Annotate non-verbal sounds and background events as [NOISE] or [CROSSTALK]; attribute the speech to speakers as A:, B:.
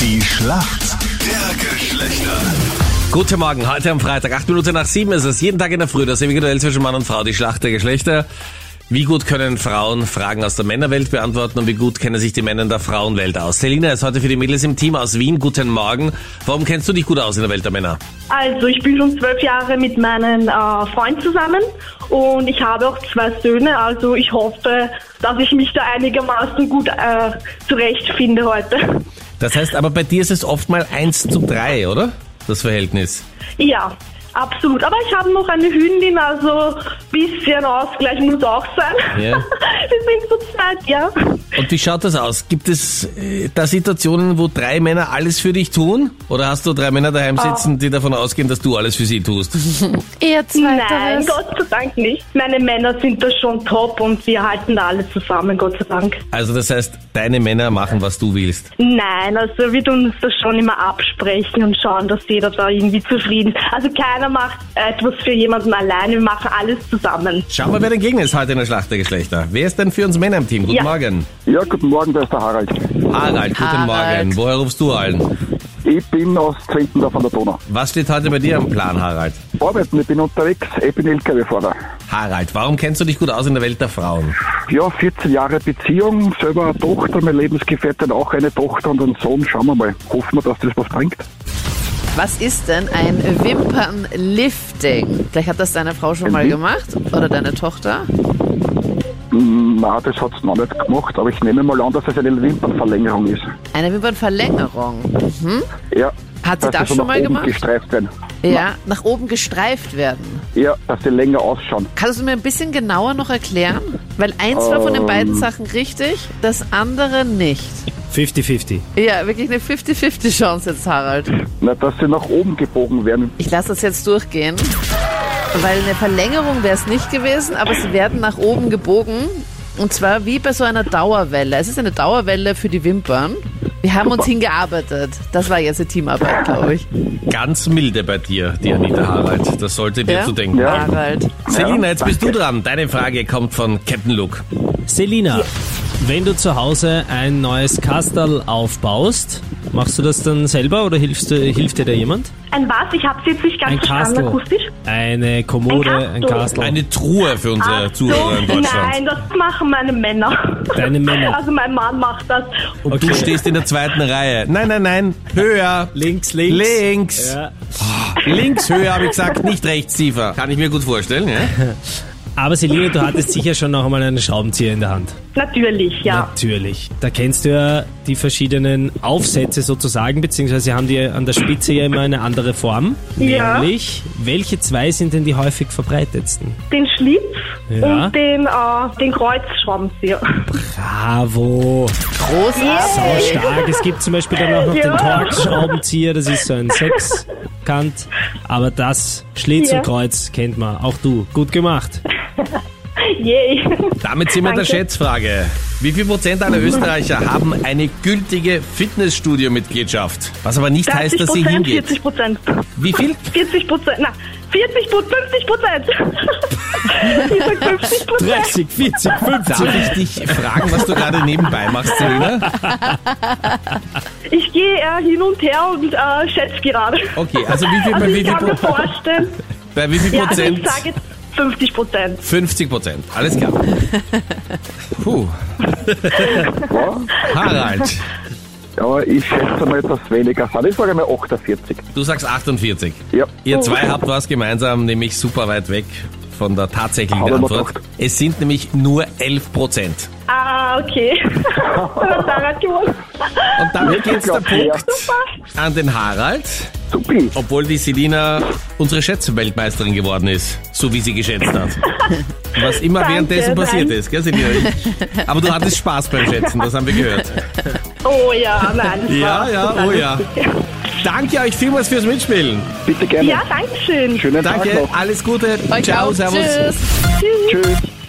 A: Die Schlacht der Geschlechter.
B: Guten Morgen, heute am Freitag, acht Minuten nach sieben ist es. Jeden Tag in der Früh, das ewige Duell zwischen Mann und Frau, die Schlacht der Geschlechter. Wie gut können Frauen Fragen aus der Männerwelt beantworten und wie gut kennen sich die Männer in der Frauenwelt aus? Selina ist heute für die Mädels im Team aus Wien. Guten Morgen. Warum kennst du dich gut aus in der Welt der Männer?
C: Also ich bin schon zwölf Jahre mit meinem äh, Freund zusammen und ich habe auch zwei Söhne, also ich hoffe, dass ich mich da einigermaßen gut äh, zurechtfinde heute. [LAUGHS]
B: Das heißt aber, bei dir ist es oft mal eins zu drei, oder? Das Verhältnis.
C: Ja, absolut. Aber ich habe noch eine Hündin, also bisschen Ausgleich muss auch sein.
B: Ja.
C: [LAUGHS] Wir sind zu zweit, ja.
B: Und wie schaut das aus? Gibt es äh, da Situationen, wo drei Männer alles für dich tun? Oder hast du drei Männer daheim sitzen, die davon ausgehen, dass du alles für sie tust?
D: Eher
C: Nein,
D: zweiteres.
C: Gott sei Dank nicht. Meine Männer sind da schon top und wir halten da alle zusammen, Gott sei Dank.
B: Also das heißt, deine Männer machen, was du willst.
C: Nein, also wir tun uns das schon immer absprechen und schauen, dass jeder da irgendwie zufrieden ist. Also keiner macht etwas für jemanden alleine, wir machen alles zusammen.
B: Schauen wir, wer denn Gegner ist heute in der Schlacht der Geschlechter. Wer ist denn für uns Männer im Team? Guten
C: Ja.
B: Morgen.
E: Ja, guten Morgen, da ist der Harald.
B: Harald, guten
D: Harald.
B: Morgen. Woher rufst du an?
E: Ich bin aus Zwenten da von der Donau.
B: Was steht heute bei dir am Plan, Harald?
E: Arbeiten, ich bin unterwegs, ich bin LKW-Fahrer.
B: Harald, warum kennst du dich gut aus in der Welt der Frauen?
E: Ja, 14 Jahre Beziehung, selber eine Tochter, meine Lebensgefährtin auch eine Tochter und einen Sohn. Schauen wir mal, hoffen wir, dass das was bringt.
D: Was ist denn ein Wimpernlifting? Vielleicht hat das deine Frau schon mal
E: Mhm.
D: gemacht oder deine Tochter.
E: Na, das hat's noch nicht gemacht, aber ich nehme mal an, dass es eine Wimpernverlängerung ist.
D: Eine Wimpernverlängerung.
E: Ja.
D: Hat sie
E: dass
D: das
E: die so
D: schon
E: nach
D: mal
E: oben
D: gemacht?
E: gestreift werden.
D: Ja, nach oben gestreift werden.
E: Ja, dass sie länger ausschauen.
D: Kannst du mir ein bisschen genauer noch erklären? Weil eins war von den beiden Sachen richtig, das andere nicht.
F: 50-50.
D: Ja, wirklich eine 50-50 Chance jetzt, Harald.
E: Na, dass sie nach oben gebogen werden.
D: Ich lasse das jetzt durchgehen. Weil eine Verlängerung wäre es nicht gewesen, aber sie werden nach oben gebogen. Und zwar wie bei so einer Dauerwelle. Es ist eine Dauerwelle für die Wimpern. Wir haben uns hingearbeitet. Das war jetzt eine Teamarbeit, glaube ich.
B: Ganz milde bei dir, die Anita Harald. Das sollte dir
D: Ja?
B: zu denken.
E: Ja.
D: Harald.
B: Selina, jetzt bist du
E: danke.
B: dran. Deine Frage kommt von Captain Luke.
F: Selina, wenn du zu Hause ein neues Kastel aufbaust, machst du das dann selber oder hilfst du, hilft dir da jemand?
C: Ein was? Ich habe jetzt nicht ganz
F: Ein
C: verstanden
F: Kastel.
C: akustisch.
F: Eine Kommode,
C: Ein
F: ein
C: Kastel.
F: Kastel.
B: Eine Truhe für unsere
C: Ach so,
B: Zuhörer in Deutschland.
C: Nein, das machen meine Männer.
F: Deine
C: [LAUGHS]
F: Männer.
C: Also mein Mann macht das.
B: Und du
F: Okay.
B: stehst
F: [LAUGHS]
B: in der zweiten Reihe. Nein, nein, nein. Höher.
F: Links,
B: Links.
F: Ja.
B: Links höher, habe ich gesagt, nicht rechts tiefer. Kann ich mir gut vorstellen, ja?
F: Aber Selina, du hattest sicher schon noch einmal einen Schraubenzieher in der Hand.
C: Natürlich, ja.
F: Natürlich. Da kennst du ja die verschiedenen Aufsätze sozusagen, beziehungsweise haben die an der Spitze ja immer eine andere Form.
C: Ja.
F: Nämlich, welche zwei sind denn die häufig verbreitetsten?
C: Den Schlitz
F: Ja.
C: und den, äh, den Kreuzschraubenzieher.
B: Ah,
F: Bravo.
D: Großartig.
F: Sau Oh, stark. Es gibt zum Beispiel dann auch noch den
C: Ja.
F: Torx-Schraubenzieher, das ist so ein Sechskant. Aber das Schlitz
C: Ja.
F: und Kreuz kennt man. Auch du. Gut gemacht.
C: [LAUGHS] Yay.
B: Damit sind wir in der
C: Danke. Mhm.
B: Schätzfrage. Wie viel Prozent aller Österreicher haben eine gültige Fitnessstudio-Mitgliedschaft? Was aber nicht
C: [LAUGHS]
B: heißt, dass sie
C: 30%,
B: hingeht.
C: 40 Prozent.
B: Wie viel?
C: 40 Prozent. Na, 40 Prozent, 50 Prozent. [LAUGHS] ich sag 50 Prozent.
F: 30, 40, 50.
B: Darf ich dich fragen, was du gerade nebenbei machst, Selina?
C: Ich gehe äh, hin und her und äh, schätze gerade.
B: Okay, also wie viel,
C: [LAUGHS] Also
B: bei, wie
C: ich
B: viel
C: kann mir
B: Pro-
C: vorstellen,
B: bei wie viel
C: ja, also ich
B: Prozent?
C: sage jetzt 50 Prozent.
B: 50 Prozent, alles klar. Puh. Harald,
E: Ja, ich schätze mal etwas weniger. sind. Ich sage mal 48.
B: du sagst 48.
E: Ja.
C: Oh.
B: Ihr zwei habt was gemeinsam, nämlich super weit weg von der tatsächlichen
E: Haben wir
B: Antwort.
E: gedacht.
B: Es sind nämlich nur 11 Prozent. [LAUGHS]
C: Ah, okay. [LAUGHS] Dann hat Sarah gewonnen.
B: Und damit geht's der
E: glaub's nicht, ja.
B: Punkt an den Harald,
E: Supi.
B: obwohl die Selina unsere Schätzweltmeisterin geworden ist, so wie sie geschätzt hat. Was immer
C: Danke,
B: währenddessen passiert
C: danke.
B: ist, gell, Selina? Aber du hattest Spaß beim Schätzen, das haben wir gehört.
C: Oh ja, nein. das
B: Ja,
C: war
B: ja,
C: total
B: oh ja.
C: lustig.
B: Danke euch vielmals fürs Mitspielen.
E: Bitte gerne.
C: Ja, danke schön.
E: Schönen Tag
B: Danke,
E: noch.
B: alles Gute.
D: Euch
B: Ciao,
D: auch.
B: servus.
D: Tschüss.
E: Tschüss.